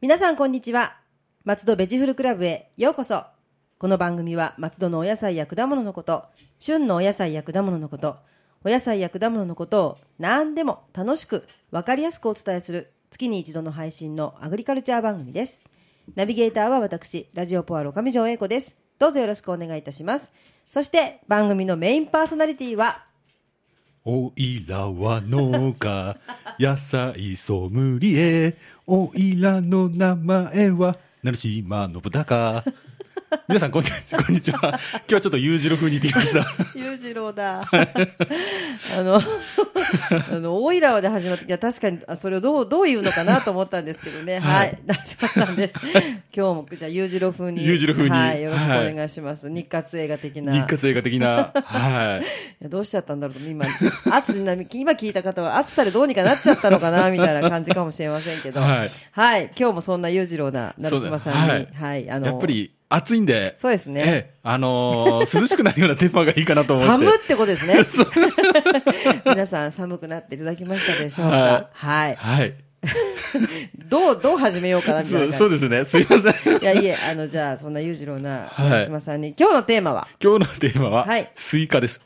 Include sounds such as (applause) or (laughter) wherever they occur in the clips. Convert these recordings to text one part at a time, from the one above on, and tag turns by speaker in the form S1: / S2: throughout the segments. S1: 皆さんこんにちは松戸ベジフルクラブへようこそこの番組は松戸のお野菜や果物のこと旬のお野菜や果物のことお野菜や果物のことを何でも楽しく分かりやすくお伝えする月に一度の配信のアグリカルチャー番組ですナビゲーターは私ラジオポアロ上条英子ですどうぞよろしくお願いいたしますそして番組のメインパーソナリティは
S2: おいらは農家 (laughs) 野菜ソムリエおいらの名前は成島信孝 (laughs) 皆さんこんにちはこんにちは今日はちょっと裕次郎風に言ってきました
S1: 裕次郎だあのあの「オイラは」で始まっていや確かにあそれをどうどう言うのかなと思ったんですけどねは
S2: はい
S1: い成島さんです今日もじゃあ裕次郎風に
S2: 裕次郎風に
S1: はい、よろしくお願いします、日活映画的 (laughs) な
S2: 日活映画的なは
S1: (laughs)
S2: い
S1: いやどうしちゃったんだろうと今暑にな (laughs) 今聞いた方は暑さでどうにかなっちゃったのかなみたいな感じかもしれませんけど
S2: はい
S1: はい今日もそんな裕次郎な成島さんに、
S2: そうだ
S1: はい
S2: ね
S1: あの
S2: やっぱり暑いんで
S1: そうですね
S2: ええあの
S1: (laughs)
S2: ー涼しくなるようなテーマがいいかなと思って
S1: 寒ってことですね
S2: (laughs) そう
S1: (laughs) 皆さん寒くなっていただきましたでしょうかはい
S2: はい
S1: どう、どう始めようかなみた
S2: そ
S1: いうな
S2: そう
S1: 感
S2: ですねすいません
S1: じ。いや、いえ、あの、じゃあ、そんな裕次郎な、
S2: はい
S1: 長島さんに、今日のテーマは、
S2: 今日のテーマは、
S1: はい
S2: スイカです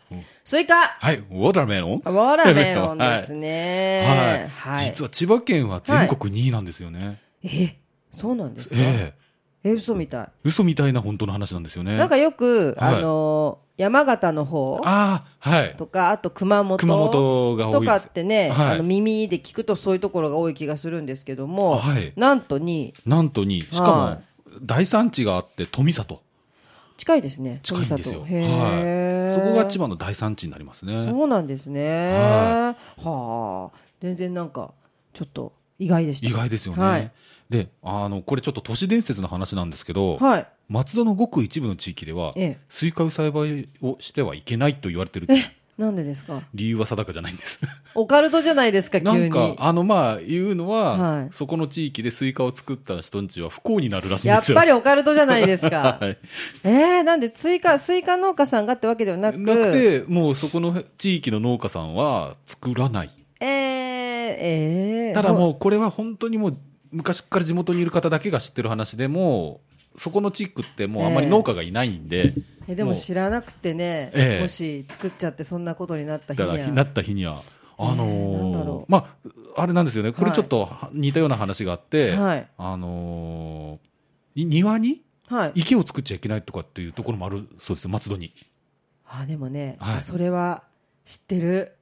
S1: スイカ
S2: はいウォーターメロン
S1: ウォーラーメロンです
S2: は
S1: ね
S2: い。
S1: はい。
S2: 実は千葉県は全国2位なんですよね。
S1: え、そうなんですかえ、
S2: ええ
S1: 嘘みた
S2: 嘘みたいな本当の話なんですよね。
S1: い。なんかよく、あ
S2: はい
S1: の、山形の方
S2: ああ、はい。
S1: とか、あと熊本
S2: 熊本が多
S1: と
S2: い
S1: か
S2: で
S1: っ
S2: す。
S1: てね、
S2: はい
S1: あの耳で聞くとそういうところが多い気がするんですけども、
S2: はい
S1: なんとに、
S2: なんとに、し
S1: は
S2: かも、大産地があって、富里。
S1: 近いですね、
S2: 近いんですよ。
S1: 富
S2: は
S1: 里へ
S2: い。
S1: ー
S2: そこが千葉の大産地になりますね。
S1: そうなんですね。は
S2: は
S1: あ、全然なんかちょっと意外でした。
S2: 意外ですよ
S1: は
S2: ね
S1: い。。
S2: で、あの、これちょっと都市伝説の話なんですけど、
S1: はい。
S2: 松戸のごく一部の地域では
S1: ええ、
S2: スイカを栽培をしてはいけないと言われてる
S1: なんでですか。
S2: 理由は定かじゃないんです。
S1: オカルトじゃないですか
S2: な
S1: 急
S2: ん
S1: に。
S2: かあのまあ言うのは、
S1: はい
S2: そこの地域でスイカを作った人んちは不幸になるらしいん
S1: や
S2: で
S1: っ
S2: すよ。。
S1: ぱりオカルトじゃないですか
S2: (laughs) はい、
S1: えー、なんでスイカスイカ農家さんがってわけではなく、
S2: なくてもうそこの地域の農家さんは作らない
S1: えー、えー、
S2: ただもうこれは本当にもう昔から地元にいる方だけが知ってる話でもうそこの地域ってもうあまり農家がいないんで、
S1: えでも
S2: う
S1: 知らなくてね、
S2: ええ
S1: もし作っちゃってそんなことになった日
S2: だから
S1: に
S2: ひ
S1: は
S2: なった日にはあの
S1: えーなんだ
S2: ー
S1: ろう
S2: まああれなんですよねこれちょっと似たような話があって、
S1: はい
S2: あのーに庭に
S1: はい
S2: 池を作っちゃいけないとかっていうところもあるそうです松戸に
S1: あでもね、
S2: はい
S1: あそれは知ってる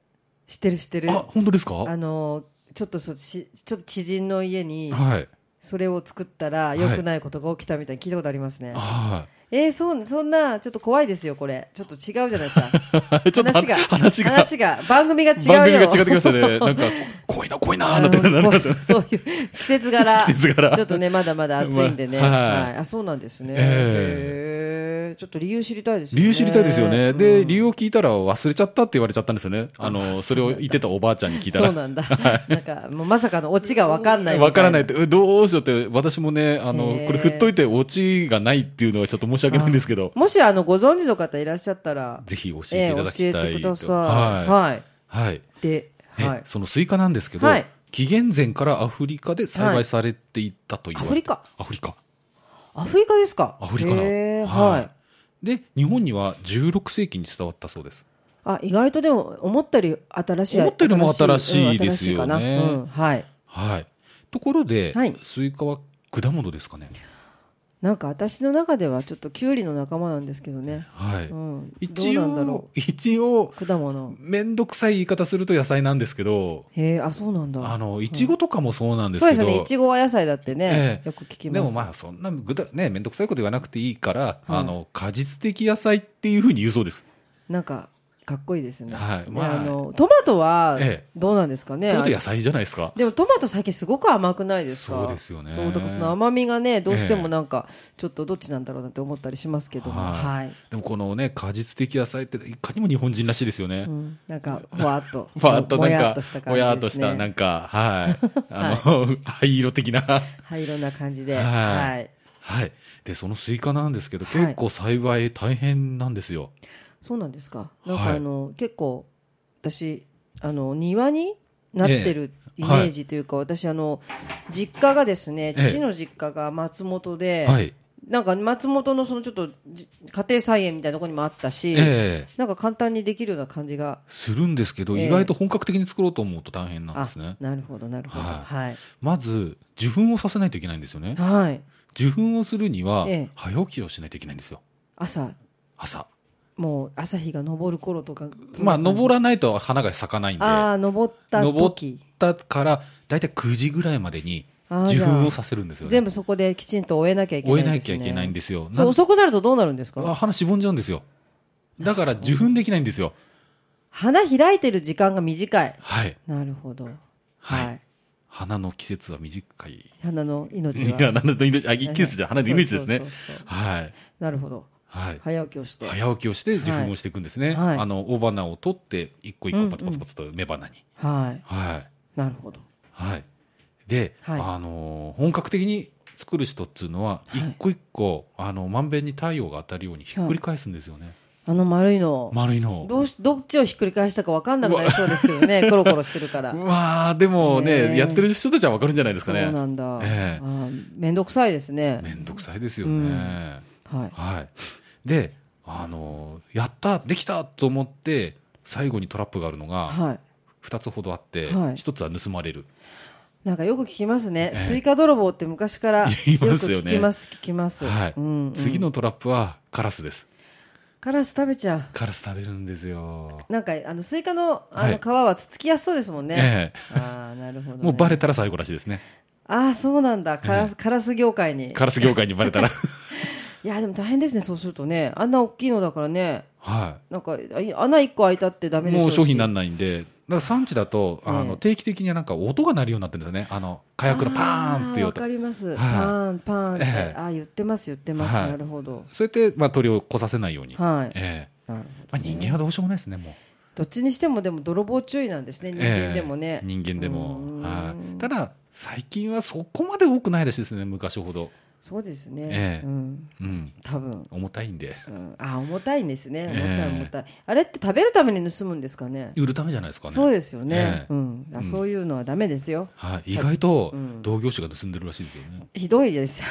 S1: 知ってる知ってる
S2: あ本当ですか
S1: あ
S2: は
S1: のちょっとそしちょっと知人の家に
S2: い
S1: それを作ったら
S2: い
S1: 良くないことが起きたみたいに聞いたことありますね、
S2: は
S1: えー、そうそんなちょっと怖いですよこれちょっと違うじゃないですか
S2: い (laughs) ちょっと話が話が
S1: 話が番組が違うよ
S2: 番組が違ってきまし
S1: (laughs)
S2: たねなんか怖いな怖いなーなんてなり
S1: あの
S2: ます
S1: そ (laughs)
S2: よ
S1: う
S2: ね
S1: そういう季節柄
S2: (laughs) 季節柄
S1: ちょっとねまだまだ暑いんでね、
S2: まあはい
S1: あそうなんですね、へ
S2: え
S1: えちょっと理由知りたいですよね
S2: 理由知りたいですよね、で理
S1: 由
S2: 由を聞いたら忘れちゃったって言われちゃったんですよね
S1: あ
S2: あ
S1: そうなん
S2: の
S1: だ
S2: それを言ってたおばあちゃんに聞いた
S1: そ
S2: ら
S1: うなんだ、なんかもうまさかのオチが分かんないみた
S2: わからないってえどうしようって私もねあの
S1: へー
S2: これ振っといてオチがないっていうのはちょっと申し訳ないんですけど
S1: もしあのご存知の方いらっしゃったら
S2: ぜひ教え
S1: え
S2: ていただきたいと、
S1: え教えてください。
S2: は
S1: はい。
S2: い、はい
S1: で、
S2: え
S1: はい。
S2: そのスイカなんですけど、
S1: はい
S2: 紀元前からアフリカで栽
S1: は
S2: 培
S1: い
S2: されていたという、
S1: アフリカ
S2: アフリカ
S1: アフリカですか。
S2: アフリカな
S1: へーはい。
S2: いで日本には16世紀に伝わったそうです
S1: あ、意外とでも思ったより新しい。
S2: 思ったよりも新しい
S1: うん
S2: です
S1: 新し
S2: よね
S1: いかなうん、はい。
S2: はいところで、
S1: はい
S2: スイカは果物ですかね
S1: なんか私の中ではちょっとキュウリの仲間なんですけどね。
S2: はい、
S1: うん。
S2: 一
S1: どうなんだろ
S2: 応一応
S1: う。果物。
S2: 面倒くさい言い方すると野菜なんですけど
S1: へえ、あ、そうなんだ。
S2: あのいちごとかもそうなんです
S1: そうで
S2: け
S1: す
S2: ど、
S1: よね。いちごは野菜だってね
S2: え、え
S1: よく聞きます。
S2: でもまあそんなぐだね面倒くさいこと言わなくていいから、
S1: はい
S2: あの果実的野菜っていうふうに言うそうです
S1: なんか。かっこいいですね。
S2: はい
S1: ま
S2: ま
S1: あ、
S2: あ
S1: のトマトは
S2: ええ
S1: どうなんですかね。
S2: ってことは野菜じゃないですか
S1: でもトマト最近すごく甘くないですか
S2: そうですよね
S1: そうだからその甘みがねどうしてもなんかちょっとどっちなんだろうなって思ったりしますけども
S2: は
S1: はい、
S2: いでもこのね果実的野菜っていかにも日本人らしいですよね、
S1: うん、なんかふわっと
S2: (laughs) ふわっとなん
S1: もや
S2: か
S1: っとした、感
S2: も
S1: じ
S2: やっ
S1: で
S2: と
S1: す
S2: し
S1: ね
S2: た、なんか、
S1: (laughs)
S2: はい。あの、灰色的な。
S1: 灰色な感じでは
S2: はいい、はい。で、そのスイカなんですけど、
S1: はい
S2: 結構栽培大変なんですよ。
S1: そうなんですかなんかあの、結構私あの庭になってるイメージというか、私あの実家がですね
S2: ええ
S1: 父の実家が松本で、
S2: はい。
S1: なんか松本のそのちょっとじ家庭菜園みたいなところにもあったし、
S2: ええ
S1: なんか簡単にできるような感じが
S2: するんですけど、
S1: ええ
S2: 意外と本格的に作ろうと思うと大変なんですね。
S1: なるほどなるほど
S2: はい
S1: はい
S2: まず、受粉をさせないといけないんですよね。
S1: はい
S2: 受粉をするには
S1: ええ、
S2: 早起きをしないといけないんですよ。
S1: 朝
S2: 朝。
S1: もう朝日が昇る頃とか
S2: まあ、登
S1: ら
S2: らないと花が咲かないんで、
S1: ああ登った
S2: 登っ
S1: 時
S2: だから、だいたい9時ぐらいまでに、
S1: あー
S2: 受
S1: じゃあ
S2: 粉をさせるんですよね。
S1: 全部そこできちんと終えなきゃいけない
S2: 終え
S1: ん
S2: な
S1: です、
S2: き
S1: ね、
S2: ゃいけないんですよ。
S1: そう
S2: なん
S1: 遅くなるとどうなるんです
S2: あ
S1: か
S2: 花しぼんじゃうんですよ。だから、受粉できないんですよ。
S1: 花開いてる時間が短い
S2: はい。
S1: なるほどは、
S2: はいい。花の季節は短い。
S1: 花の命
S2: い
S1: は
S2: や、なんだと命、あ、一季節じゃ花の命ですね
S1: そう。そうそう
S2: はい。
S1: なるほど
S2: はい。
S1: 早起きをして
S2: 早起きをして受粉をしていくんです
S1: は
S2: ね。
S1: いはい
S2: あの大花を取って一個一
S1: うん
S2: 個
S1: うん
S2: パツパツパツと雌花に。
S1: はい
S2: はい
S1: なるほど
S2: はい。で、
S1: はい
S2: あのー本格的に作る人っていうのは
S1: はい
S2: 一個一個、あのまんべんに太陽が当たるようにひっくり返すんですよね。
S1: あの丸いの
S2: 丸いのを。
S1: どうしどっちをひっくり返したか分かんなくなりそうですけどね
S2: (laughs)
S1: コロコロしてるから
S2: まあでもね
S1: ねえ
S2: やってる人たちはわかるんじゃないですかね。
S1: そうなんだ、
S2: ええ
S1: あーめんどくさいですね
S2: めんどくさいですよ
S1: う
S2: ね
S1: ん。はい
S2: はい。で、あのーやったできたと思って最後にトラップがあるのが。
S1: はい
S2: 2つほどあって、
S1: はい
S2: 一1つは盗まれる
S1: なんかよく聞きますね、
S2: ええ
S1: スイカ泥棒って昔からよく
S2: 言いますよ
S1: 聞
S2: ね
S1: きます聞きます、
S2: はい
S1: うんうん
S2: 次のトラップはカラスです
S1: カラス食べちゃ
S2: カラス食べるんですよ、
S1: うなんかあのスイカのあ
S2: は
S1: の
S2: い
S1: 皮はつつきやすそうですもんね、
S2: え
S1: ああなるほど、
S2: え
S1: ね、
S2: もうバレたら最後らしいですね
S1: ああそうなんだカラス、カラス業界に
S2: カラス業界にバレたら
S1: いやでも大変ですねそうするとねあんな大きいのだからね
S2: (laughs) は
S1: なんかあい穴一個開いたってダ
S2: い
S1: メでしょ
S2: もう商品にな
S1: し
S2: らないんでだから産地だとあ
S1: ええ
S2: の定期的になんか音が鳴るようになってるんですよねあの火薬のパーンってい
S1: あわ
S2: う音
S1: かります、
S2: い
S1: パーンパーンって、
S2: ええ
S1: ああ言ってます言ってます、
S2: はい
S1: なるほど
S2: そうやって、まあ、鳥を来させないように、
S1: はい
S2: ええ
S1: なるほど
S2: まあ、人間はどうしようもないですねもう
S1: どっちにしてもでも泥棒注意なんですね人間でもね
S2: え、え人間で
S1: うーん
S2: も、はい、ただ最近はそこまで多くないらしいですね昔ほど、
S1: そうですね、
S2: ええ
S1: うん、
S2: うん、
S1: 多分、
S2: 重たいんで
S1: うん、あ重たいんですね重たい
S2: ええ
S1: 重たい、あれって食べるために盗むんですかね
S2: 売るためじゃないですかね
S1: そうですよね、
S2: ええ
S1: うん、あ
S2: うん
S1: そういうのはダメですよ、
S2: はい、意外と
S1: うん
S2: 同業種が盗んでるらしいですよね。
S1: ひどいです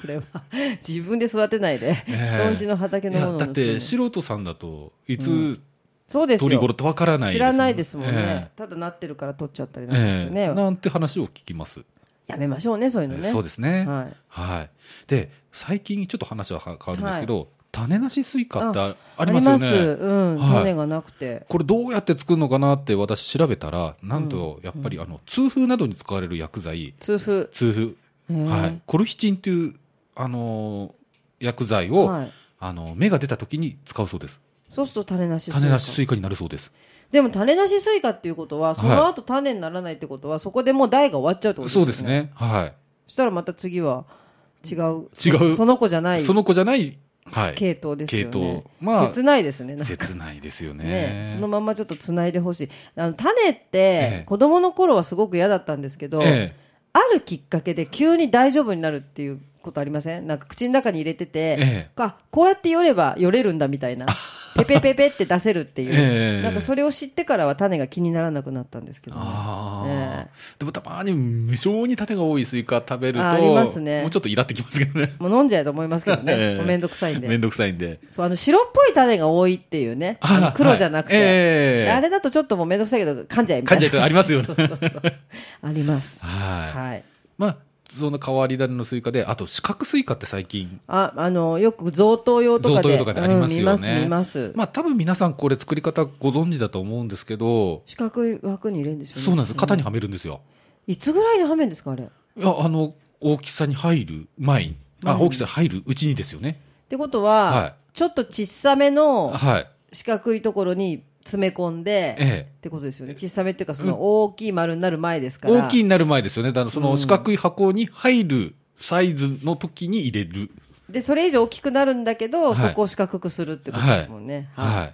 S1: それは (laughs) 自分で育てないで、
S2: え
S1: 人んちの畑
S2: い
S1: のもの
S2: や
S1: を
S2: だ
S1: 盗む
S2: って素人さんだとい
S1: うん
S2: つ
S1: そうです
S2: 取り
S1: よ
S2: 頃ってわからない
S1: 知らないですもんね、
S2: え
S1: ただなってるから取っちゃったり
S2: え
S1: なんですよね、
S2: ええなんて話を聞きます。
S1: やめましょうねそういうのね、
S2: そうですね。はい。
S1: はい、
S2: で最近ちょっと話は変わるんですけど、種なしスイカってああり
S1: あ
S2: ま
S1: り
S2: す
S1: ま
S2: よね。
S1: す、うん
S2: はい
S1: 種がなくて、
S2: これどうやって作るのかなって私調べたらなんとやっぱりあの痛風などに使われる薬剤
S1: 痛風、
S2: 痛
S1: へえ
S2: 風、はい、コルヒチンというあのー薬剤を、
S1: はい
S2: あの芽が出た時に使うそうです。
S1: そうすると種なしスイカ
S2: 種なしスイカになるそうです。
S1: でも種なしスイカっていうことはその後種にならないってことは、そこでもう代が終わっちゃうってことです
S2: そ
S1: よ
S2: う
S1: ね
S2: ですね。は
S1: そしたらまた次は違う
S2: 違う
S1: その子じゃない
S2: い。その子じゃない、はい。
S1: 系統ですよね
S2: 系統まあ
S1: 切ないですねなんか
S2: 切ないですよ
S1: ね
S2: ね。
S1: そのまんまちょっとつないでほしいあの種って
S2: え
S1: 子供の頃はすごく嫌だったんですけど、
S2: え
S1: あるきっかけで急に大丈夫になるっていうことありませんなんか口の中に入れて
S2: え
S1: て、
S2: え
S1: あこうやってよればよれるんだみたいなペペペペって出せるってい
S2: え
S1: う、
S2: ええ
S1: なんかそれを知ってからは種が気にならなくなったんですけど、ね、
S2: ああ、
S1: え
S2: でもたまに無性に種が多いスイカ食べると、
S1: あありますね
S2: もうちょっとイラってきますけどね。
S1: もう飲んじゃえと思いますけどね、
S2: (laughs) ええ
S1: もうめんどくさいん
S2: め
S1: で
S2: んどくさいんで。
S1: そうあの白っぽい種が多いっていうねあの
S2: あ
S1: 黒じゃなくて、
S2: はいええ
S1: あれだとちょっともうめんどくさいけど噛んじゃえみたいな
S2: 噛んじゃえとありますよね
S1: (laughs) そうそうそうあります
S2: はい。
S1: はい
S2: まあ、その変わり種のスイカで、あと四角スイカって最近、
S1: ああのよく贈答用とか
S2: 贈答
S1: で
S2: 用とかでありますよね
S1: うん見ます見ます、
S2: まあ多分皆さんこれ作り方ご存知だと思うんですけど、
S1: 四角い枠に入れるんですよね
S2: そうなんです。
S1: 普通
S2: 型にはめるんですよ。
S1: いつぐらいにはめんですかあれっ
S2: いや、あの、大きさに入る前に、あ、
S1: うん
S2: 大きさに入るうちにですよね。
S1: てことは、
S2: は
S1: ちょっと小さめの
S2: はい。
S1: 四角いところに詰め込んで、
S2: え
S1: ってことですよね小さめっていうかその大きい丸になる前です
S2: え。
S1: から、
S2: 大きいになる前ですよね。だからそ
S1: うん
S2: の四角い箱に入るサイズの時に入れる。
S1: でそれ以上大きくなるんだけど、
S2: はい
S1: そこを四角くするってことですもんね、はい
S2: は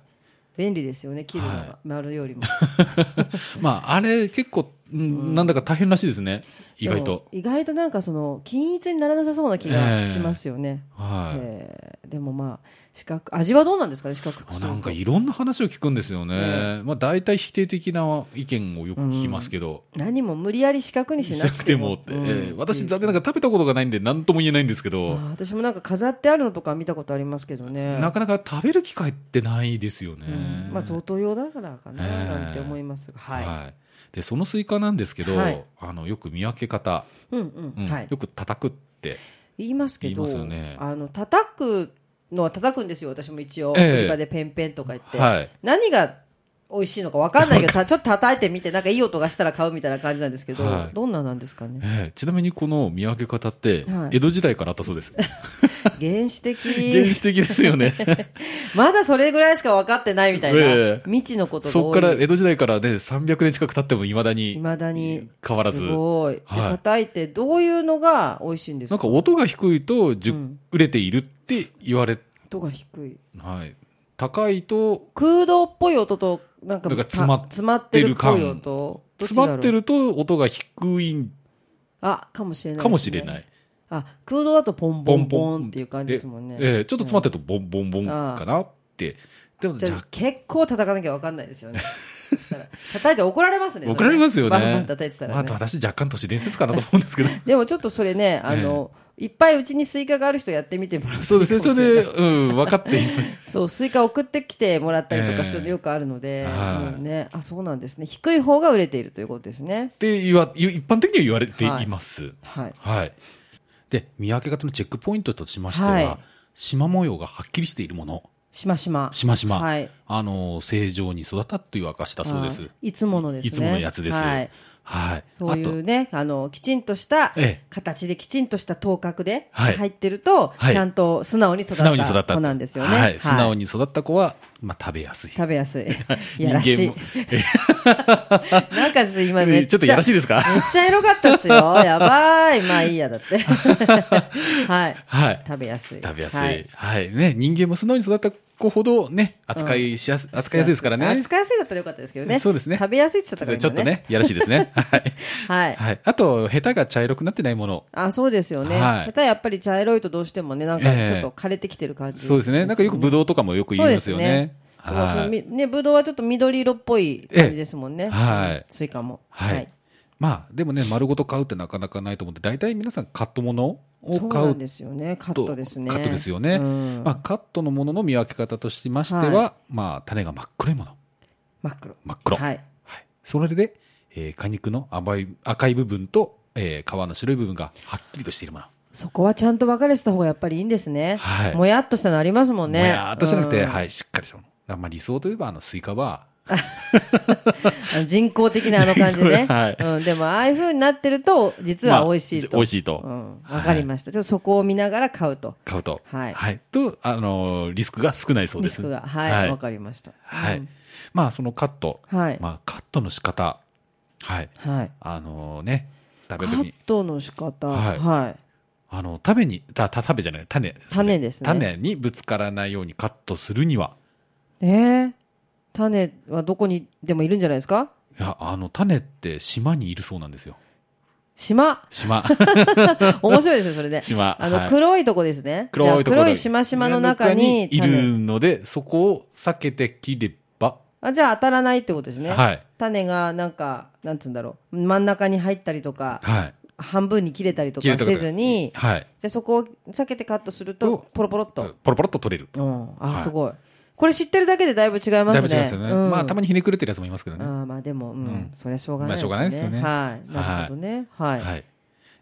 S1: 便利ですよね切るの
S2: はい
S1: が丸よりも
S2: い。 (laughs) まあ、あれ結構、うんなんだか大変らしいですね。意外
S1: で
S2: と
S1: も。意外となんかその均一にならなさそうな気がしますよね、
S2: はい。
S1: えーでもまあ視覚味はどうなんですかね視覚
S2: あなんかいろんな話を聞くんですよね、まあ、大体否定的な意見をよく聞きますけど、
S1: 何も無理やり視覚にし
S2: し
S1: な
S2: な
S1: く
S2: く
S1: て
S2: て
S1: も
S2: もって、
S1: うん
S2: ええ私、残念ながら食べたことがないんで、なんとも言えないんですけ
S1: あ
S2: ど、
S1: ー私もなんか飾ってあるのとか見たことありますけどね
S2: なかなか食べる機会ってないですよね。
S1: うんまあ相当用だからかな
S2: ええ
S1: なんて思いますがはい、
S2: はいでそのスイカなんですけど、
S1: はい
S2: あのよく見分け方、
S1: うん
S2: う
S1: うん
S2: ん
S1: はい
S2: よく叩くって、
S1: 言いますけど
S2: 言いますよね
S1: あの叩くのは叩くんですよ私も一応、
S2: ええ
S1: 売り場でペンペンとか言って、
S2: はい
S1: 何が美味しいのか分かんないけどたちょっと叩いてみてなんかいい音がしたら買うみたいな感じなんですけど、
S2: はい
S1: どんななんですか
S2: (laughs)
S1: ね
S2: ええちなみにこの見分け方って、
S1: はい
S2: 江戸時代からあったそうです
S1: 原始的
S2: 原始的ですよ
S1: (laughs)
S2: ね
S1: まだそれぐらいしか分かってないみたいな、
S2: ええ
S1: 未知のことが
S2: そこ
S1: 多
S2: から
S1: い
S2: 江戸時代からね300年近く経ってもいまだ
S1: い
S2: に
S1: まだに
S2: 変わらず
S1: すごいで
S2: はい
S1: 叩いてどういうのが美味しいんです
S2: な
S1: か
S2: んか音が低いと、じゅ
S1: うん
S2: 売れているって言われ、
S1: 音が低い
S2: はい、高いと
S1: 空洞っぽい音となんか
S2: なんか詰まっ
S1: 詰まってるっぽい音どっちだ
S2: 詰
S1: ろう
S2: まってると音が低いん
S1: あかもしれないですね
S2: かもしれない。
S1: あ空洞だとポンポンポンっていう感じですもんね
S2: ええちょっと詰まってるとボンボンボンかなって。でも、
S1: じ
S2: じ
S1: ゃ
S2: ゃ
S1: あ結構叩かなきゃ分かんないですよねそしたら叩いて怒られますね
S2: 怒られますよね
S1: バンバン叩いてた
S2: あ、
S1: ら、
S2: ま
S1: ね
S2: あ、私若干都市伝説かなと思うんで
S1: (laughs)
S2: すけど。
S1: でもちょっとそれねあの、いっぱいうちにスイカがある人やってみてもらうといい
S2: そうですね。
S1: かも
S2: そ
S1: しない
S2: れで、うん、分かっている。
S1: そうスイカ送ってきてもらったりとかするの
S2: ええ
S1: よくあるので、
S2: はい
S1: うんね、あそうなんですね低い方が売れているということですね
S2: って言わ、一般的には言われています。
S1: はい
S2: はい。で、見分け方のチェックポイントとしましては、
S1: はい
S2: 縞模様がはっきりしているもの。
S1: しましま
S2: しましま。
S1: はい
S2: あの、正常に育ったという証だそうです
S1: あ。いつものですね
S2: いつものやつです
S1: はい、
S2: はい。
S1: そうい
S2: あと
S1: うねあのきちんとした
S2: ええ
S1: 形できちんとした頭角で
S2: はい
S1: 入ってると、
S2: はい
S1: ちゃんと素直に育
S2: 素直に育
S1: っ
S2: ったた
S1: 子なんですよね、
S2: はい、素直
S1: に
S2: に育った子は、まあ、食べやすい。
S1: 食べや
S2: (laughs)
S1: すいい (laughs) やらしい
S2: 人間も (laughs)
S1: なんかちょっと今めっちゃ
S2: ちょっとやらしいですか
S1: めっちゃエロかったですよやばいまあいいやだって
S2: (laughs)
S1: はい
S2: はい。
S1: 食べやすい
S2: 食べやすい。
S1: は
S2: はい、ね、人間も素直に育った子ほどね、扱いしやす、扱いやすいですからね。
S1: 扱いやすいだったらよかったですけどね。
S2: そうですね
S1: 食べやすいって言っ
S2: ち
S1: た
S2: ょ
S1: から
S2: っと。ね、やらしいですね。 (laughs) はい。
S1: はい。
S2: はい。あと、ヘタが茶色くなってないもの。
S1: あ、そうですよね。
S2: はい
S1: またやっぱり茶色いとどうしてもね、なんか
S2: ええ
S1: ちょっと枯れてきてる感じ、
S2: そうですね。なんかよくブ
S1: ドウ
S2: ドウとかもよく言いますよね。
S1: そうですねそうそう
S2: は
S1: み
S2: い。
S1: ね、ぶどうはちょっと緑色っぽい感じですもんね。
S2: えはい
S1: スイカも。
S2: はい。まあ、でもね、丸ごと買うってなかなかないと思うんで、大体皆さんカットものを
S1: そう
S2: 買
S1: な
S2: うん
S1: ですよね。カッ
S2: と
S1: トですね。
S2: カットですよね、
S1: うん
S2: まあ、カットのものの見分け方としましては、
S1: は
S2: まあ、種が真っ黒いもの
S1: 真っ黒。
S2: 真っ黒、はい
S1: はい。
S2: それで、えー果肉の甘い赤い部分と、えー皮の白い部分がはっきりとしているもの、
S1: そこはちゃんと分かれてた方がやっぱりいいんですね。
S2: はい
S1: もやっとしたのありますもんね。
S2: もやーっとしなくて、
S1: うん
S2: はい、しっかりしたものだからまあ、理想といえばあのスイカは
S1: あの人工的なあの感
S2: (laughs)
S1: じね、
S2: 人工はい
S1: うん、でもああいう風になってると実は美味しいと、
S2: まあ美味しいと
S1: うん、わかりました、ちょっとそこを見ながら買うと
S2: 買うと、
S1: はい
S2: と、あのーリスクが少ないそう
S1: リ
S2: で
S1: ス
S2: す
S1: クがはいわ、かりました
S2: はい
S1: うん
S2: まあ、そのカット、
S1: はい、
S2: まあ、カットの仕方はい
S1: はい、
S2: あのーね食
S1: カ
S2: べる時に
S1: ットの仕方は、
S2: はいい
S1: は
S2: あの、食べに、た、た、食べじゃない、種。
S1: 種ですね
S2: 種にぶつからないようにカットするには、
S1: い、えー、種はどこにでもいるんじゃないですか
S2: いや、あの、種って島にいるそうなんですよ。
S1: 島 (laughs)
S2: (laughs) 島。
S1: 面白いですよそれで
S2: 島。
S1: あ
S2: は
S1: の
S2: い
S1: 黒いとこですね
S2: 黒い
S1: じ
S2: とこ
S1: ゃあ
S2: ろ
S1: 黒いしましまの中に
S2: い
S1: 種
S2: るので、そこを避けて切れば、
S1: あじゃあ当たらないってことですね、
S2: はい。
S1: 種がなんかなんつうんだろう真ん中に入ったりとか
S2: はい。
S1: 半分に切れたりと
S2: 切れ
S1: か
S2: たり
S1: せ
S2: とか
S1: ずに、
S2: はい。
S1: じゃあそこを避けてカットする
S2: そう
S1: と、ポロポロっ
S2: ポロ
S1: と。
S2: ポロっと取れる。
S1: うん、あ、
S2: はい
S1: すごい。これ知ってるだけでだいぶ違いますね。
S2: だいぶ違いますよね。
S1: うん
S2: まあ、たまにひねくれてるやつもいますけど
S1: あ
S2: ね。
S1: ーまあでも、うん、
S2: ん
S1: そりゃしょうがないですよね。
S2: まあしょうがないですよね
S1: はい。なるほどね。はい。
S2: はい。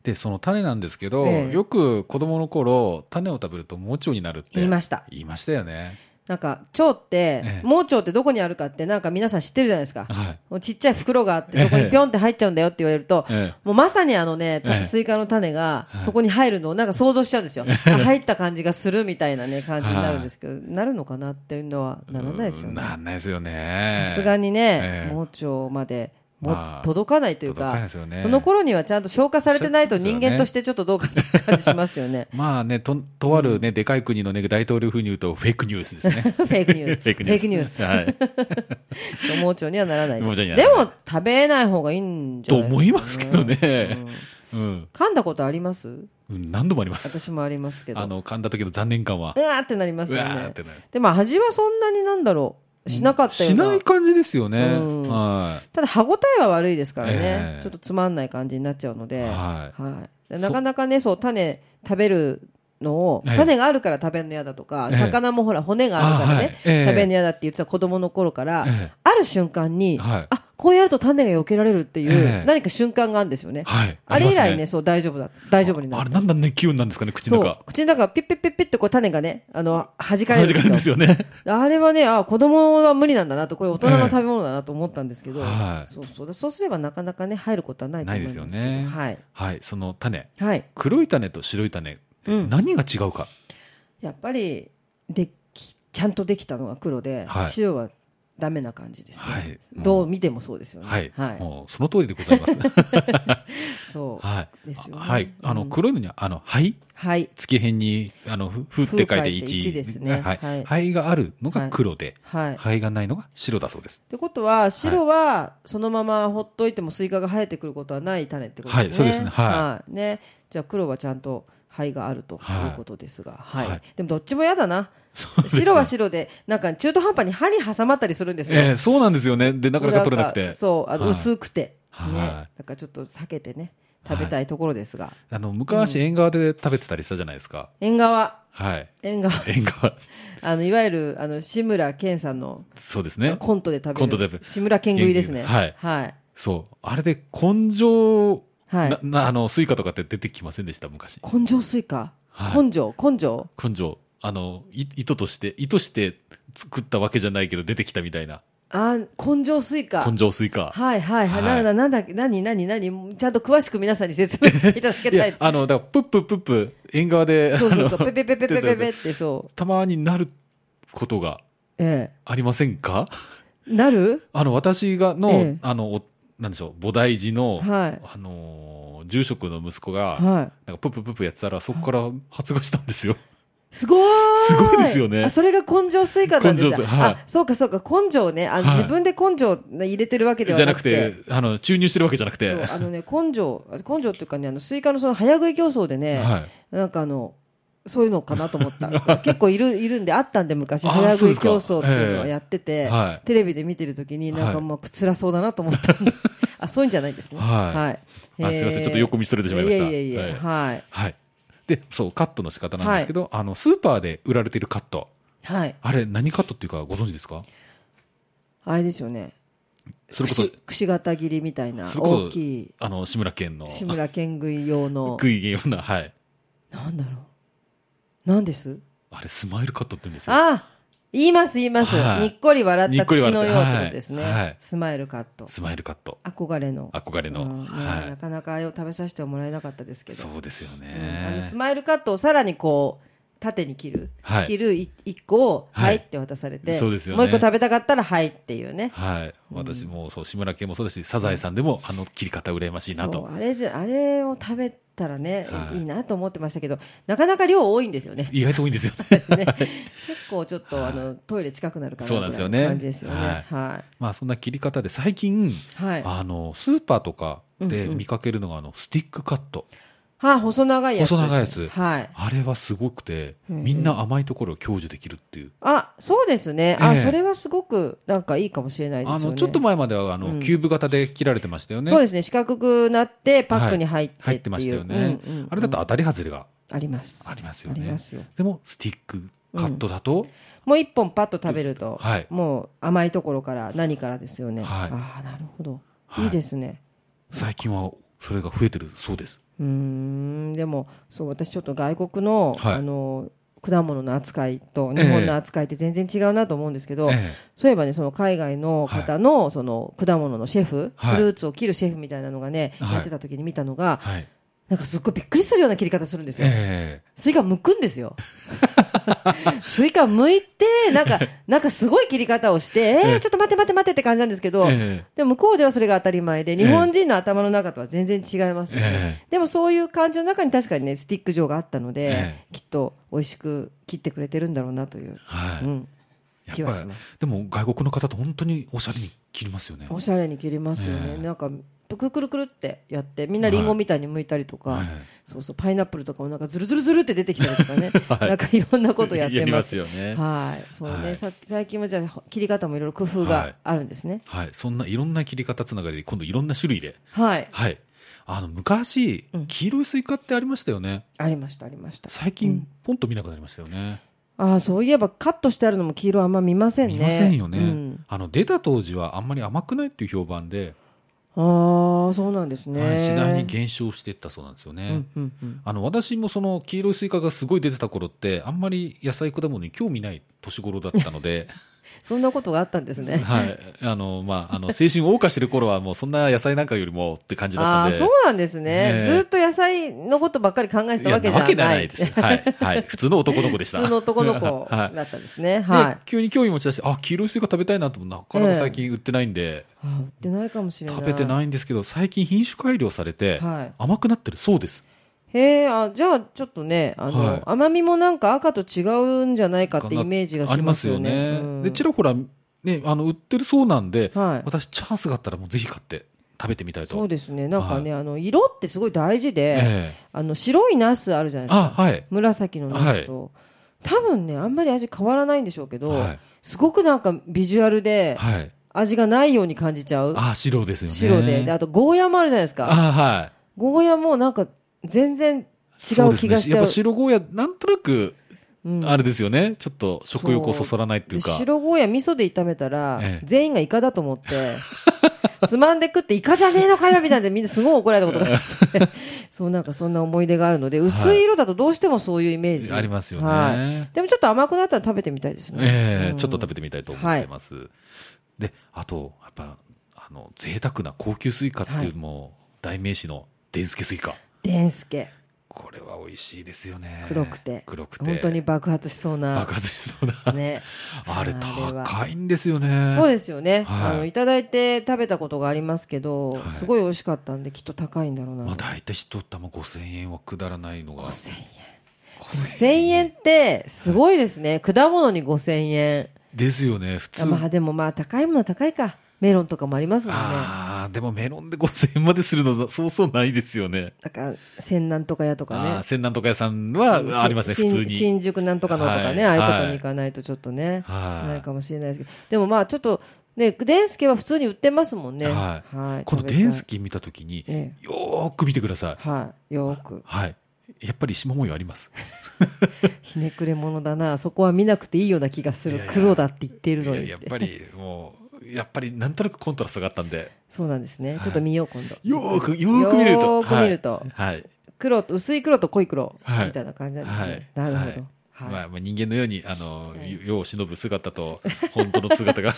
S2: で、その種なんですけど、
S1: ええ
S2: よく子供の頃、種を食べると盲腸になるって。
S1: 言いました。
S2: 言いましたよね。
S1: なんか、腸って、
S2: ええ
S1: 盲腸ってどこにあるかって、なんか皆さん知ってるじゃないですか。
S2: はい。
S1: もうちっちゃい袋があって、そこにピョンって入っちゃうんだよって言われると、
S2: ええ
S1: もうまさにあのね、
S2: ええ
S1: スイカの種が
S2: はい
S1: そこに入るのをなんか想像しちゃうんですよ。あ入った感じがするみたいなね、感じになるんですけど、なるのかなっていうのはならないですよ
S2: うん
S1: ね。
S2: ならないですよね。
S1: さすがにね
S2: え、え
S1: 盲腸までも
S2: まあ
S1: 届かないという
S2: 届かない
S1: か
S2: で、すよね。
S1: その頃にはちゃんと消化されてないと人間としてちょっとどうかって感じしますよね
S2: (laughs) まあね、と、とあるね、でかい国のね、大統領風に言うと、フェイクニュースですね。
S1: (laughs) フェイクニュース。
S2: フェイクニュース。はい。
S1: 盲腸にはならない。で
S2: 盲腸にはならない
S1: も食べない方がいいんじゃ
S2: と
S1: ない
S2: 思いますけどね。
S1: うん
S2: うん。
S1: 噛んだことあります
S2: うん何度もあります。
S1: 私もありますけど
S2: あの、噛んだ時の残念感は
S1: う、わーってなります
S2: う
S1: よ
S2: わーっ
S1: ね
S2: てなる。
S1: でまあ味はそんなになんだろうしなかったよ
S2: し
S1: うな
S2: ない感じですよね。
S1: うん
S2: は
S1: ただ歯応えは悪いですからね、
S2: ええ
S1: ちょっとつまんない感じになっちゃうの
S2: い。
S1: で、
S2: は
S1: はい、でなかなかねそう種食べるのを、
S2: ええ
S1: 種があるから食べるの嫌だとか、
S2: ええ
S1: 魚もほら骨があるからね、
S2: あはいええ
S1: 食べるの嫌だって言ってた子供の頃から、
S2: い。え
S1: ある瞬間に、
S2: えはい。
S1: あこうやると種が避けられるっていう、
S2: ええ
S1: 何か瞬間があるんですよね、
S2: はい。
S1: あれ以来
S2: り
S1: ね
S2: ます
S1: そう大丈夫だ大丈夫にな
S2: あ
S1: る
S2: れ、なんだね、気分なんですかね、口
S1: そ
S2: の
S1: う
S2: 中。
S1: 口の中ピッピッピッピッってこう種がねあの弾かれ
S2: (laughs)
S1: る
S2: 同じ
S1: んで
S2: 感
S1: す
S2: じ
S1: よ
S2: ですよね。
S1: あれはねあ子供は無理なんだなとこれ大人の食べ物だなと思ったんですけど、
S2: ええはい
S1: そうそうだそうすればなかなかね入ることはないと思いますけど
S2: ないですよね
S1: はい
S2: はい、その種。
S1: はい
S2: 黒い種と白い種って
S1: うん
S2: 何が違うか。
S1: やっぱりできちゃんとできたのが黒で、
S2: はい
S1: 白はダメな感じですね、
S2: はい
S1: どう見てもそうですよね
S2: はい。もう、その通りでござ
S1: (laughs)
S2: います。
S1: そう
S2: はい。
S1: ですよね
S2: はい。あ
S1: う
S2: の、
S1: ん
S2: 黒いのには、あの、灰
S1: はい
S2: 月辺に、あの、ふふって書いて
S1: ふ書いて
S2: 1。
S1: 一ですね
S2: はい
S1: はい
S2: 灰があるのが黒で、
S1: はい、っ
S2: 灰がないのが白だそうです。
S1: てことは白はそのままほっといてもスイカが生えてくることはない種ってことですね、
S2: はいそうですねはい
S1: いねじゃあ黒はちゃんと灰があると
S2: はい
S1: いうことですが、はい
S2: はい
S1: でもどっちも嫌だな
S2: そうですね
S1: 白は白でなんか中途半端に歯に挟まったりするんですよ、
S2: ええ、そうなんですよね。で、なかなか取れなく
S1: なん
S2: て
S1: か。そうあの
S2: はい
S1: 薄くて、
S2: はい
S1: ねなんかちょっと避けてね食べたいところですが、
S2: あの、昔縁側で食べてたりしたじゃないですか。
S1: 縁側
S2: はい。
S1: 縁側
S2: 縁側。
S1: あのいわゆるあの志村けんさんの
S2: そうですね。
S1: コントで食べる
S2: コントで食べる
S1: 志村けん食いですね
S2: けん食いはい
S1: はい、
S2: そう。あれで根性、
S1: はい
S2: な、な、あの、スイカとかって出てきませんでした、昔。
S1: 根性スイカ、
S2: はい
S1: 根性根性
S2: 根性。あの、い意図として、意図して作ったわけじゃないけど出てきたみたいな。
S1: あ根性スイカ
S2: 根性スイカ。
S1: はいはいはい、
S2: は
S1: な
S2: い
S1: んだなんだ何何何ちゃんと詳しく皆さんに説明していただき
S2: い
S1: た
S2: や
S1: い、
S2: あの、だから、プップップップ、縁側で、
S1: そうそうそ
S2: あ
S1: う
S2: の
S1: ペペペペペペペってそう
S2: たまになることが
S1: え
S2: ありませんか
S1: えなる
S2: あの、私がの、
S1: ええ
S2: あの、おなんでしょう、菩提寺の、
S1: はい
S2: あのー住職の息子が、
S1: はい
S2: なんかプップップップやってたら、そこから発芽したんで
S1: (laughs)
S2: すよ。
S1: すごーい。
S2: すごいですよね
S1: あそれが根性スイカなんです
S2: 根性
S1: よ。
S2: スイカはい
S1: あ、そうかそうか、根性ね。あ、
S2: はい
S1: 自分で根性入れてるわけで
S2: じ
S1: は
S2: ゃな
S1: な
S2: く
S1: くて。
S2: て、あの、注入してるわけじゃなくて。
S1: そう、あのね、根性、根性っていうかね、あの、スイカのその早食い競争でね、
S2: はい。
S1: なんかあの、そういうのかなと思った。 (laughs) 結構いる、いるんで、あったんで昔、
S2: あ
S1: 早
S2: そう
S1: 食
S2: で
S1: い
S2: すか
S1: 競争っていうのをやってて、
S2: は
S1: テレビで見てるときに、なんかもう辛そうだなと思ったん
S2: (laughs)
S1: で、あ、そういうんじゃないですね。
S2: はい
S1: い
S2: あすいませんちょっと横道それてしまいました
S1: いえいえいえ、はい。
S2: い。はい。で、そう、カットの仕方なんですけど、あの、スーパーで売られてるカット。
S1: はい。
S2: あれ、何カットっていうかご存知ですか
S1: あれですよね。
S2: それこそ
S1: くし、くし形切りみたいな
S2: それこそ
S1: 大きい
S2: あの、志村けんの、
S1: 志村けん食い用の
S2: 食いような、はい。
S1: なんだろうなんです
S2: あれ、スマイルカットって言うんですよ。
S1: あ言います言います、
S2: はい
S1: にっこり笑っ
S2: にったこり
S1: 口
S2: 笑
S1: の
S2: った
S1: ようってことですね、
S2: はいはい
S1: スマイルカット
S2: スマイルカット。
S1: 憧れの
S2: 憧れの。
S1: うんねな
S2: は
S1: かなかあれを食べさせてはもらえなかったですけ
S2: い。
S1: ど
S2: そうですよ
S1: うんあの
S2: ね
S1: ス。マイルカットをさらにこう縦に切る、
S2: はい
S1: 切るい一個を「
S2: は
S1: はいい」って渡されて、
S2: そうですよね
S1: もう一個食べたかったら「はい」っていうね
S2: はい。私も、そう、志村けんもそうだし、サザエさんでも、あの切り方羨ましいな
S1: そ
S2: と
S1: う。あれじゃあれを食べたらね、
S2: はい
S1: いいなと思ってましたけどなかなか量多いんですよね
S2: 意外と多いんですよ (laughs) ね。
S1: ね、結構ちょっと、あのトイレ近くなるかな
S2: そうなんですよ
S1: ぐ
S2: ね
S1: らいの感じですよね。
S2: はい
S1: は
S2: まあ、そんな切り方で、最近、
S1: い。はい。は
S2: あの、スーパーとかで
S1: うんうん
S2: 見かけるのが、あの、スティックカット。
S1: あ細長いやつですね。
S2: 細長いやつ
S1: はい。
S2: あれはすごくて、
S1: うん
S2: みんな甘いところを享受できるっていう。
S1: あ、そうですね。あ、
S2: ええ
S1: それはすごくなんかいいかもしれないです
S2: あ
S1: よね。
S2: の、ちょっと前までは、あ
S1: う
S2: の、
S1: ん
S2: キューブ型で切られてましたよね。
S1: そうですね。四角くなってパックに入って
S2: 入ってて
S1: いう
S2: ましたよね
S1: うんうんうん。
S2: あれだと当たり外れが。
S1: あります。
S2: ありますよね
S1: ありますよ。
S2: でも、スティックカットだと、
S1: もう一本パッと食べると、
S2: はい
S1: もう甘いところから何からですよね。
S2: はい
S1: ああ、なるほど。
S2: はい
S1: いいですね。
S2: 最近はそれが増えてるそうです。
S1: うーんでもそう私ちょっと外国の,、
S2: はい
S1: あの果物の扱いと
S2: え
S1: 日
S2: え
S1: 本の扱いって全然違うなと思うんですけど、
S2: え
S1: そういえばねその海外の方の,、その果物のシェフ、
S2: はい
S1: フルーツを切るシェフみたいなのがね、
S2: はい
S1: やってた時に見たの
S2: え
S1: が
S2: はい。
S1: なんかすっごいびっくりするような切り方するんですよ。
S2: え
S1: スイカ剥くんですよ。
S2: (laughs)
S1: スイカ剥いてなんかなんかすごい切り方をしてえ
S2: え
S1: ー、ちょっと待って待って待ってって感じなんですけ
S2: え
S1: ど、
S2: え
S1: でも向こうではそれが当たり前で
S2: え
S1: 日本人の頭の中とは全然違いますよね。
S2: え
S1: でもそういう感じの中に確かにねスティック状があったので、
S2: え
S1: きっと美味しく切ってくれてるんだろうなという、
S2: は
S1: うん、
S2: い。
S1: 気
S2: やっ
S1: は
S2: ぱ
S1: し
S2: り
S1: ま、す
S2: でも外国の方と本当におしゃれに切りますよね。
S1: おしゃれに切りますよね、
S2: ええ
S1: なんかぷくくるくるってやってみんなリンゴみたいに剥いたりとか、
S2: はい
S1: そうそうパイナップルとかもなんかズルズルズルって出てきたりとかね、
S2: (laughs) はい
S1: なんかいろんなことやっ
S2: や
S1: て
S2: り
S1: ま
S2: ますすよね。
S1: はいそうね、
S2: はい
S1: さ最近はじゃあ切り方もいろいろ工夫
S2: は
S1: が
S2: い
S1: あるんですね
S2: はい、そんないろんな切り方つながりで、今度いろんな種類で。
S1: はい、
S2: はい。あの、昔
S1: うん、
S2: 黄色いスイカってありましたよね。
S1: ありましたありました
S2: 最
S1: う
S2: 近
S1: ん、
S2: ポンと見なくなりましたよね。
S1: ああそういえばカットしてあるのも黄色あんま見ませんね
S2: 見ませんよね、
S1: うん
S2: あの出た当時はあんまり甘くないっていう評判で、
S1: ああそうなんですね、
S2: はい次第に減少していったそうなんですよね、
S1: うんうんうん
S2: あの私もその黄色いスイカがすごい出てた頃ってあんまり野菜果物に興味ない年頃だった
S1: (laughs)
S2: ので、
S1: そんなことがあったんですね
S2: はいあのまあ、あの青春を謳歌してる頃はもうそんな野菜なんかよりもって感じだった
S1: あ
S2: ん
S1: あ
S2: で
S1: そうなんですね
S2: ねえ
S1: ずっと野菜のことばっかり考えてたわけ
S2: い
S1: じゃ
S2: や
S1: ない
S2: なない (laughs) です、はいはい、普通の男の子でし
S1: 普
S2: た
S1: 通の男の子
S2: (laughs) はい
S1: だったんですね、
S2: で
S1: はい
S2: 急に興味持ち出してあ黄色いスイカ食べたいなと思ってなかなか最近売ってないんで、
S1: あー売ってないかもしれない
S2: 食べてないんですけど最近品種改良されて、
S1: はい
S2: 甘くなってるそうです
S1: へえあじゃあちょっとねあの、
S2: はい
S1: 甘みもなんか赤と違うんじゃないかってイメージがしますよね
S2: ありますよね
S1: うん
S2: でちらほら、ね、あの売ってるそうなんで、
S1: はい
S2: 私チャンスがあったらもうぜひ買って食べてみたいと
S1: そうですねなんかね、あの色ってすごい大事で、
S2: ええ
S1: あの白いナスあるじゃないですか
S2: あはい
S1: 紫のナスと、多分ねあんまり味変わらないんでしょうけど、
S2: はい
S1: すごくなんかビジュアルで
S2: はい
S1: 味がないように感じちゃう、
S2: あ白ですよね
S1: 白でであとゴーヤもあるじゃないですか
S2: あはい
S1: ゴーヤもなんか全然違
S2: そう
S1: う
S2: で
S1: 気
S2: す
S1: がし
S2: ね
S1: ち
S2: や
S1: ゃ
S2: っ
S1: う
S2: ぱ白ゴーヤなんとなく
S1: うん
S2: あれですよね、ちょっと食欲をそそらないって
S1: で
S2: いうか
S1: 白ゴーヤ味噌で炒めたら、
S2: ええ
S1: 全員がイカだと思って (laughs) つまんで食ってイカじゃねえのかよみたいなみんなすごい怒られたことがあって
S2: (laughs)
S1: そうなんかそんな思い出があるので薄い色だとどうしてもそういうイメージ、
S2: ありますよね、
S1: はいでもちょっと甘くなったら食べてみたいですね、
S2: ええ
S1: うん
S2: ちょっと食べてみたいと思ってます、であとやっぱあの贅沢な高級スイカっていうのも代名詞のデンスケスイカ
S1: でんすけ
S2: これは美味しいですよね
S1: 黒くて
S2: 黒くて
S1: 本当に爆発しそうな
S2: 爆発しそうな、
S1: ね
S2: (laughs) あれ
S1: あれは
S2: 高いんですよね
S1: そうですよね、
S2: はい
S1: あのいただいて食べたことがありますけど、
S2: はい
S1: すごい美味しかったんできっと高いんだろうな、
S2: まあ、大体一玉5000円はくだらないのが
S1: 5000円5000円ってすごいですね、果物に5000円
S2: ですよね普通、
S1: まあでもまあ高いものは高いかメロンとかもありますもんね
S2: ああでもメロンで5000円までするのそうそうないですよね
S1: だから千南とか屋とか
S2: ああ
S1: ね
S2: 千南とか屋さんはありますね普
S1: 新
S2: 通に
S1: 新宿なんとかのとかね、
S2: はい
S1: ああいうとこに行かないとちょっとね、
S2: はい
S1: ないかもしれないですけどでもまあちょっとねデンスケは普通に売ってますもんね
S2: は
S1: はい、
S2: この
S1: 食べたい
S2: デンスキー見たときに、
S1: え
S2: よーく見てください。
S1: えはいよーく
S2: はい。やっぱり下模様あります。
S1: ひねくれ者だなそこは見なくていいような気がす
S2: い
S1: る
S2: やいや
S1: 黒だって言ってる
S2: い
S1: の
S2: や
S1: に
S2: やっぱりもう、やっぱりなんとなくコントラストがあったんで、
S1: そうなんですね、
S2: はい
S1: ちょっと見よう今度
S2: よーく、よーく見ると。
S1: よーく見ると
S2: はい。はい
S1: 黒と薄い黒と濃い黒
S2: はい
S1: みたいな感じなんですね、
S2: は
S1: な
S2: い
S1: るほど、はい
S2: まあ、まあ人間のように、あの、
S1: はい
S2: 世を忍ぶ姿と、本当の
S1: (laughs)
S2: 姿が。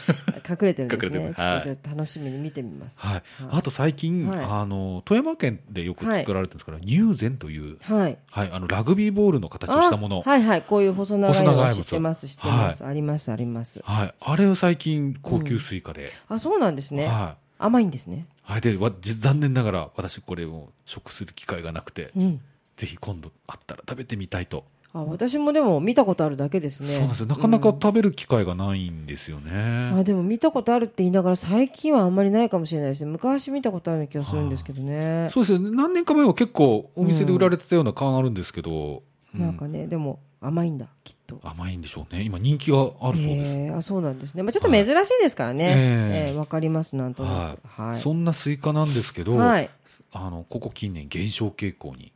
S1: 隠れてるんです
S2: 隠れて
S1: ね
S2: る
S1: ちょっと
S2: は
S1: じゃあ楽しみに見てみます
S2: はい。あと最近、
S1: はい
S2: あの、富山県でよく作られてるんですから、ニューゼンという、
S1: はい
S2: はい、あの、ラグビーボールの形を
S1: あ
S2: したもの。
S1: はいはいこういう細長いの
S2: 細長
S1: はい知
S2: 物
S1: ってます知ってます、ありますあります
S2: はい。あれを最近、高級スイカで。
S1: あそうなんですね、
S2: はい。
S1: 甘いんですね
S2: はい、でわじ残念ながら私これを食する機会がなくて、
S1: うん
S2: ぜひ今度あったら食べてみたいと、
S1: あ私もでも見たことあるだけですね
S2: そうなんですよなかなか食べる機会がないんですよね、
S1: あでも見たことあるって言いながら最近はあんまりないかもしれないですね昔見たことあるような気がするんですけどね、
S2: そうですよね何年か前は結構お店で売られてたような感あるんですけど、うん
S1: なんかねでも甘いんだきっと
S2: 甘いんでしょうね今人気があるそうです、
S1: えーあそうなんですね、まあ、ちょっと珍しいですからね、
S2: はい
S1: え
S2: え
S1: ーわかりますなんとなくはい、
S2: そんなスイカなんですけど、
S1: はい
S2: あのここ近年減少傾向に、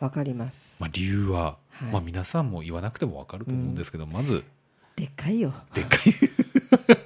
S1: わかります、
S2: まあ、理由は、
S1: はい
S2: まあ、皆さんも言わなくても分かると思うんですけど、まず
S1: でっかいよ
S2: でっかい
S1: (laughs)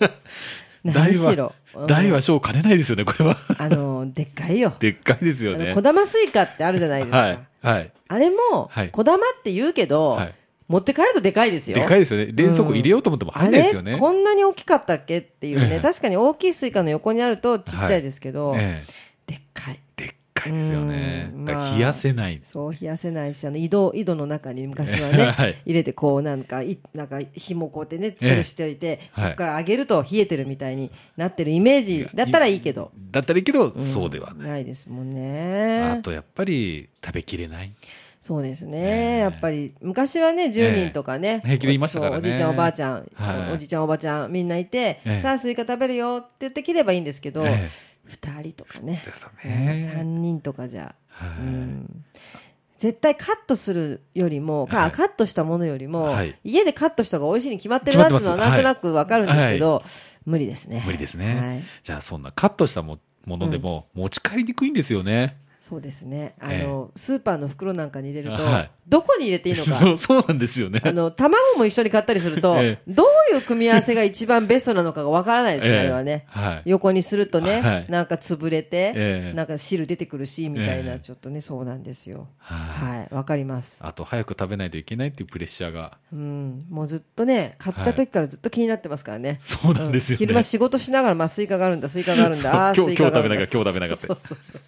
S1: 何しろうん
S2: 大は小を兼ねないですよねこ
S1: (laughs)
S2: れは
S1: あのでっかいよ
S2: でっかいですよ
S1: あの
S2: ね
S1: 小玉スイカってあるじゃないですか、
S2: はいはい
S1: あれも、
S2: はい
S1: 小玉って言うけど、
S2: はい
S1: 持って帰るとでかいですよ
S2: でかいですよね。冷蔵庫入れようと思っても入
S1: あ
S2: んないで
S1: れ
S2: すよね。
S1: こんなに大きかったっけっていうね、
S2: ええ
S1: 確かに大きいスイカの横にあるとちっちゃいですけど、
S2: え
S1: でっかい
S2: えでっかいですよね
S1: うん。
S2: だから冷やせない。
S1: そう冷やせないしあの井戸井戸の中に昔はね、
S2: はい
S1: 入れてこうなんかいなんか紐こうやってね吊るしておいて、
S2: はい
S1: そこから上げると冷えてるみたいになってるイメージだったらいいけど、
S2: だったらいいけど、
S1: ん
S2: そうではない。
S1: ないですもん
S2: あ
S1: ね
S2: とやっぱり食べきれない。
S1: そうですね、
S2: ええ
S1: やっぱり昔はね10人とかね、
S2: え平気でいましたからね
S1: そうおじいちゃんおばあちゃん、
S2: はい
S1: おじいちゃんおばあちゃんみんないて、
S2: ええ
S1: さあスイカ食べるよって言って切ればいいんですけど、
S2: ええ
S1: 2人とかね
S2: です
S1: 3
S2: ね。
S1: 人とかじゃ、
S2: はい
S1: うん絶対カットするよりもか、
S2: はい
S1: カットしたものよりも、
S2: はい
S1: 家でカットした方が美味しいに決まってるなっていうのは
S2: 決まってます
S1: なんとなくわかるんですけど、無理ですね
S2: 無理ですね。
S1: はい、
S2: じゃあそんなカットしたもものでも持ち帰りにくいんですよね。
S1: そうですねあの、スーパーの袋なんかに入れると、
S2: はい
S1: どこに入れていいのか
S2: (laughs) そうそうなんですよね。
S1: あの卵も一緒に買ったりすると、
S2: え
S1: どういう組み合わせが一番ベストなのかがわからないですね、あれはね。
S2: (laughs) ええはい。
S1: 横にするとね、
S2: はい
S1: なんか潰れて、
S2: ええ
S1: なんか汁出てくるしみたいな、
S2: ええ
S1: ちょっとねそうなんですよ
S2: はい
S1: はいわかります
S2: あと早く食べないといけないっていうプレッシャーが。
S1: うんもうずっとね買った時からずっと気になってますからね、
S2: そうなんですよね。
S1: 昼間仕事しながら、まあ、スイカがあるんだスイカがあるん
S2: そう
S1: だあー
S2: (laughs) 今日
S1: スイカがあるんだ
S2: 今日食べなきゃ今日食べ
S1: そう
S2: なきゃ
S1: そうそう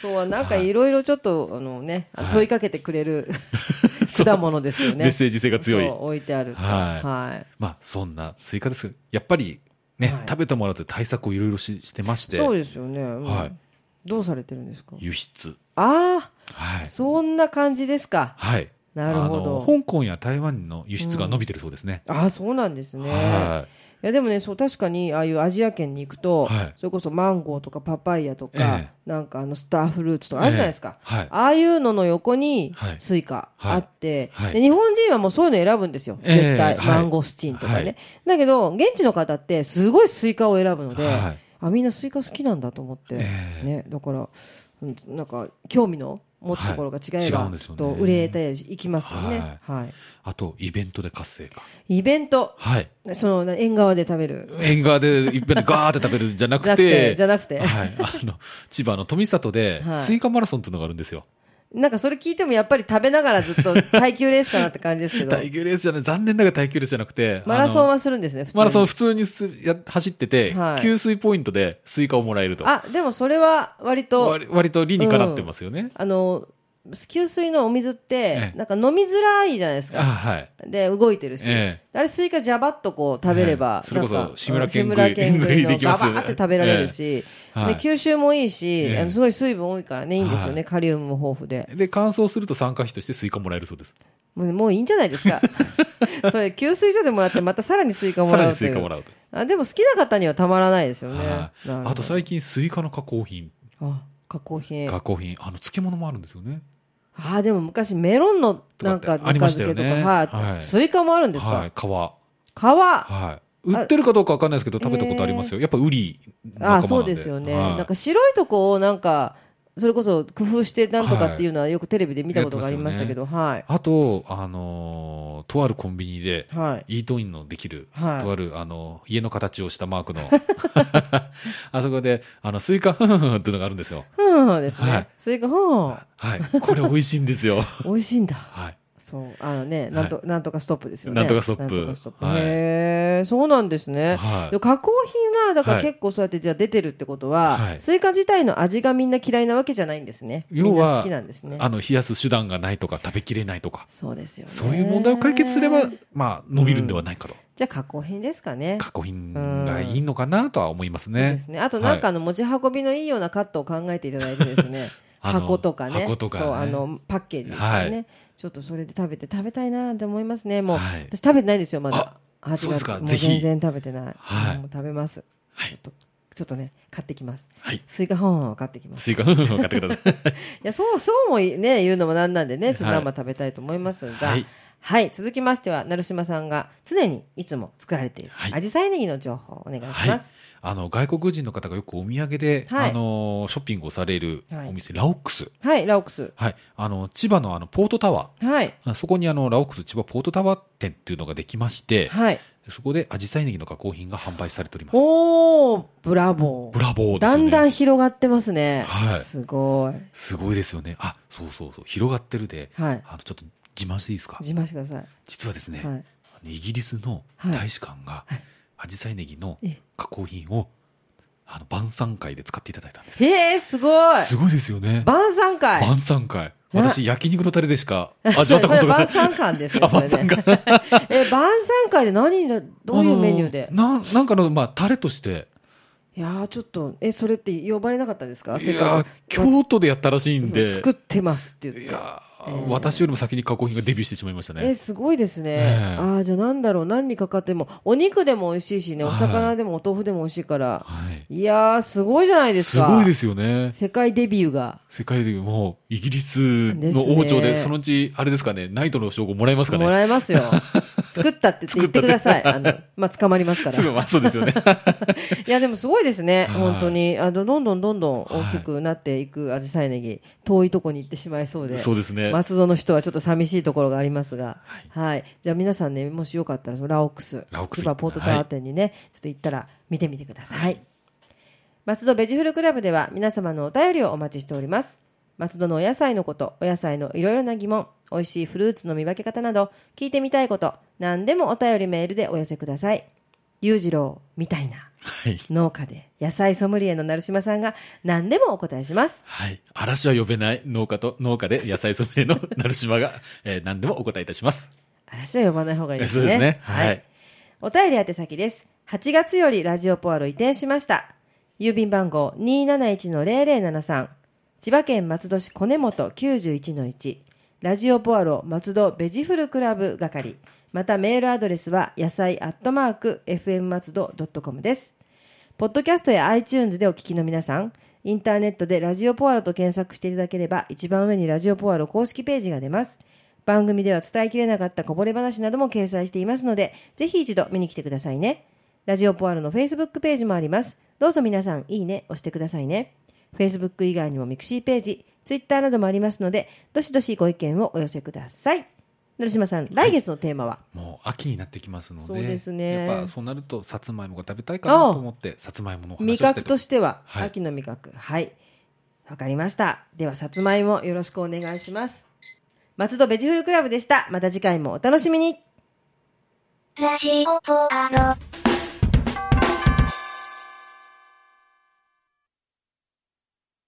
S1: そうそうなんかいろいろちょっとあのね
S2: はい
S1: 問いかけてくれる
S2: (laughs) そう
S1: 果物ですよね
S2: メッセージ性が強い
S1: そう置いてある
S2: はい
S1: はい
S2: まあそんなスイカですけどやっぱりね、
S1: はい
S2: 食べてもらうと対策をいろいろししてまして
S1: そうですよね、うん
S2: はい
S1: どうされてるんですか
S2: 輸出
S1: あ
S2: は
S1: あ
S2: い、
S1: そんな感じですか
S2: はい、
S1: なるほ
S2: あ
S1: ど
S2: の香港や台湾の輸出が伸びてるそうですね、
S1: ああそうなんですね、、
S2: はい
S1: やでもねそう確かにああいうアジア圏に行くと、
S2: はい
S1: それこそマンゴーとかパパイヤとか、
S2: え
S1: なんかあのスターフルーツと
S2: い
S1: かあるじゃないですか、
S2: ええはい
S1: ああいうのの横に
S2: はい
S1: スイカ
S2: はい
S1: あって、
S2: はい
S1: で日本人はもうそういうの選ぶんですよ、
S2: ええ
S1: 絶対、
S2: はい
S1: マンゴスチンとかね、
S2: はい
S1: だけど現地の方ってすごいスイカを選ぶので、
S2: はい
S1: あみんなスイカ好きなんだと思って、
S2: ええ
S1: ね、だから、うん、なんか興味の持つところが違えば、
S2: はい違うんです
S1: き
S2: よ
S1: っ
S2: ね
S1: と売れていきますよね、はい
S2: あとイベントで活性化
S1: イベント
S2: はい
S1: そのな縁側で食べる
S2: 縁側でいっぺんにガーって食べるじゃなくて
S1: じゃなくてじゃなくて
S2: はい、あの千葉の富里で
S1: はい
S2: スイカマラソンっていうのがあるんですよ、
S1: なんかそれ聞いてもやっぱり食べながらずっと耐久レースかなって感じです
S2: (laughs)
S1: けど
S2: 耐久レースじゃない残念ながら耐久レースじゃなくて
S1: マラソン
S2: あの
S1: はするんですね普通に
S2: マラソン普通にすや走ってて、
S1: はい
S2: 給水ポイントでスイカをもらえると
S1: あでもそれは割と
S2: 割割と理にかなってますよね。
S1: あの給水のお水っ
S2: え
S1: て
S2: え
S1: なんか飲みづらいじゃないです
S2: あ
S1: か
S2: はい。
S1: で動いてるし、
S2: え
S1: あれスイカじゃばっとこう食べれば、
S2: ええそれこそ
S1: なんか
S2: 志村けん
S1: うん
S2: 食
S1: 志村
S2: い
S1: けん食いの
S2: 食いできますよね
S1: ガバーって食べられるし、
S2: は
S1: で
S2: い
S1: 吸収もいいし、
S2: ええ
S1: あのすごい水分多いからねいいんですよね、
S2: は
S1: カリウムも豊富で
S2: で乾燥すると参加費としてスイカもらえるそうです。
S1: もうもういいんじゃないです
S2: (laughs)
S1: かそれ給水所でもらってまたさらにスイカも
S2: さら
S1: ら
S2: に
S1: うと
S2: ス
S1: い
S2: イカも
S1: う
S2: らうと。
S1: あでも好きな方にはたまらないですよね、
S2: はい
S1: なるほど
S2: あと最近スイカの加工品、
S1: あ加工品
S2: 加工品、あの漬物もあるんですよね。
S1: ああでも昔メロンのなんか
S2: とかってあ
S1: ぬ
S2: り
S1: か
S2: ました
S1: 漬け
S2: よ
S1: と
S2: ね
S1: か、はい
S2: はい
S1: スイカもあるんですか、
S2: はい。皮。は
S1: 皮
S2: い。売ってるかどうかわかんないですけど食べたことありますよ。やっぱウリ仲間
S1: あ
S2: なん
S1: あ
S2: で。
S1: そうですよね、
S2: はい
S1: なんか白いとこをなんかそれこそ工夫してなんとかっていうのはよくテレビで見たことがありましたけどはい
S2: あとあのーとあるコンビニで。
S1: はい
S2: イートインのできる、
S1: はい
S2: とあるあの家の形をしたマークの (laughs) あそこであのスイカっていうのがあるんですよ。
S1: ふんふんですね、
S2: はい
S1: スイカふん
S2: はい、これ美味しいんですよ。
S1: 美味しいんだ
S2: はい、
S1: そうあのねなんと、なんとかストップですよね
S2: なんとかストップ
S1: なんとかストップ
S2: はい
S1: へえそうなんですね、
S2: はい
S1: で加工品はだから
S2: はい
S1: 結構そうやってじゃあ出てるってことは、
S2: はい
S1: スイカ自体の味がみんな嫌いなわけじゃないんですねみ
S2: 要
S1: んな好
S2: は
S1: きなんですね
S2: あの冷やす手段がないとか食べきれないとか
S1: そうですよね
S2: そういう問題を解決すれば
S1: じ
S2: まあ伸びるんではないかと、
S1: ゃあ加工品ですかね
S2: 加工品がいいのかなとは思います
S1: そう
S2: ね
S1: で。すねあとなんかあの持ち運びのいいようなカットを考えていただいてですね
S2: (laughs) あの
S1: 箱とかね
S2: 箱とかね
S1: そうあのパッケージですよね、
S2: は
S1: ちょっとそれで食べて食べたいなって思いますねもう、
S2: はい
S1: 私食べてないんですよまだ8
S2: そうですか
S1: もう
S2: ぜひ
S1: 全然食べてない、
S2: はい
S1: もう食べます、
S2: はい
S1: ちょっとちょっとね買ってきます
S2: はい、
S1: スイカ本を買ってきます
S2: スイカ買ってください。
S1: いや (laughs) そうそうもね言うのもなんなんでねちょっと
S2: はい
S1: あんま食べたいと思いますが
S2: はい
S1: はい続きましては成島さんが常にいつも作られている
S2: はい
S1: アジサイネギの情報をお願いします、
S2: はいあの外国人の方がよくお土産で、
S1: はい
S2: あのショッピングをされるお店、ラオックス、
S1: はい、ラオックス。
S2: はい、あの千葉のあのポートタワー
S1: はい。
S2: あそこにあのラオックス千葉ポートタワー店っていうのができまして、
S1: はい。
S2: そこでアジサイネギの加工品が販売されております。
S1: おー、ブラボー。
S2: ブラボーです
S1: だ
S2: よね。
S1: んだん広がってますね。
S2: はい
S1: すごい。
S2: すごいですよね。あ、そうそうそう、広がってるで、
S1: はい。
S2: あのちょっと自慢していいですか。
S1: 自慢してください。
S2: 実はですね、
S1: はい。
S2: あのイギリスの大使館が
S1: はい
S2: アジサイネギの
S1: え
S2: 加工品をあの晩餐会で使っていただいたんです。
S1: えー、すごい。
S2: すごいですよね。
S1: 晩餐会。
S2: 晩餐会。私焼肉のタレでしか味
S1: (laughs) そ
S2: わ
S1: れそ
S2: ったこ
S1: れ
S2: とがな
S1: 晩
S2: い。
S1: 餐会ですね。
S2: (laughs) あ
S1: それねえ、晩餐会で何だ、どういうメニューで
S2: あ。のなんなんかのまあタレとして、
S1: いやー、ちょっと、え、それって呼ばれなかったですか。
S2: い
S1: せっ
S2: や
S1: か
S2: ー京都でやったらしい
S1: く
S2: ん
S1: そう
S2: で。
S1: 作ってますって
S2: い
S1: 言って。
S2: や私よりも先に加工品がデビューしてしまいました
S1: え
S2: ね。
S1: すごいですね、
S2: ええ
S1: ああじゃあなんだろう何にかかってもお肉でも美味しいしねお
S2: はい
S1: 魚でもお豆腐でも美味しいから、
S2: はい。
S1: い、やーすごいじゃないです
S2: す
S1: か
S2: ごいですよね。
S1: 世界デビューが
S2: 世界でもうイギリスの王朝
S1: ですね
S2: で、そのうち、あれですかね、ナイトの称号もらえますか
S1: も
S2: ね。
S1: らえます
S2: (laughs)
S1: よ作ったって言って言ってくださいあのまあ捕まりますから
S2: すぐ、まあそうです
S1: (laughs)
S2: よね。
S1: いやでもすごいですね、
S2: はい
S1: 本当にあのどんどんどんどん大きくなっていくアジサイネギ遠いとこに行ってしまいそうで
S2: そうですね。
S1: 松戸の人はちょっと寂しいところがありますが、はいじゃあ皆さんねもしよかったらそのラオックス
S2: ラオックス
S1: 千葉ポートタワー店にね、ちょっと行ったら見てみてください、松戸ベジフルクラブでは皆様のお便りをお待ちしております松戸のお野菜のことお野菜のいろいろな疑問美味しいフルーツの見分け方など聞いてみたいこと何でもお便りメールでお寄せください裕次郎みたいな
S2: はい。
S1: 農家で野菜ソムリエの成島さんが何でもお答えします
S2: はい。嵐は呼べない農家と、農家で野菜ソムリエの成島が、 (laughs) えー何でもお答えいたします。
S1: 嵐は呼ばない方がいいです
S2: そう
S1: ね。
S2: ですねはい
S1: お便り宛先です。8月よりラジオポアロ移転しました。郵便番号271-0073。千葉県松戸市小根本91-1。ラジオポアロ松戸ベジフルクラブ係。またメールアドレスは野菜アットマーク FM 松戸 .com です。ポッドキャストや iTunes でお聞きの皆さん、インターネットでラジオポアロと検索していただければ、一番上にラジオポアロ公式ページが出ます。番組では伝えきれなかったこぼれ話なども掲載していますので、ぜひ一度見に来てくださいね。ラジオポアロの Facebook ページもあります。どうぞ皆さん、いいね、押してくださいね。Facebook 以外にもミクシーページ、Twitter などもありますので、どしどしご意見をお寄せください。成島さん、来月のテーマは、
S2: もう秋になってきますので、
S1: そうですね
S2: やっぱそうなると、さつまいもが食べたいかなと思って、さつまいものお話を
S1: 味
S2: して
S1: 覚としては、
S2: はい
S1: 秋の味覚はいわかりましたではさつまいもよろしくお願いします松戸ベジフルクラブでしたまた次回もお楽しみに
S3: ラジオポアロ。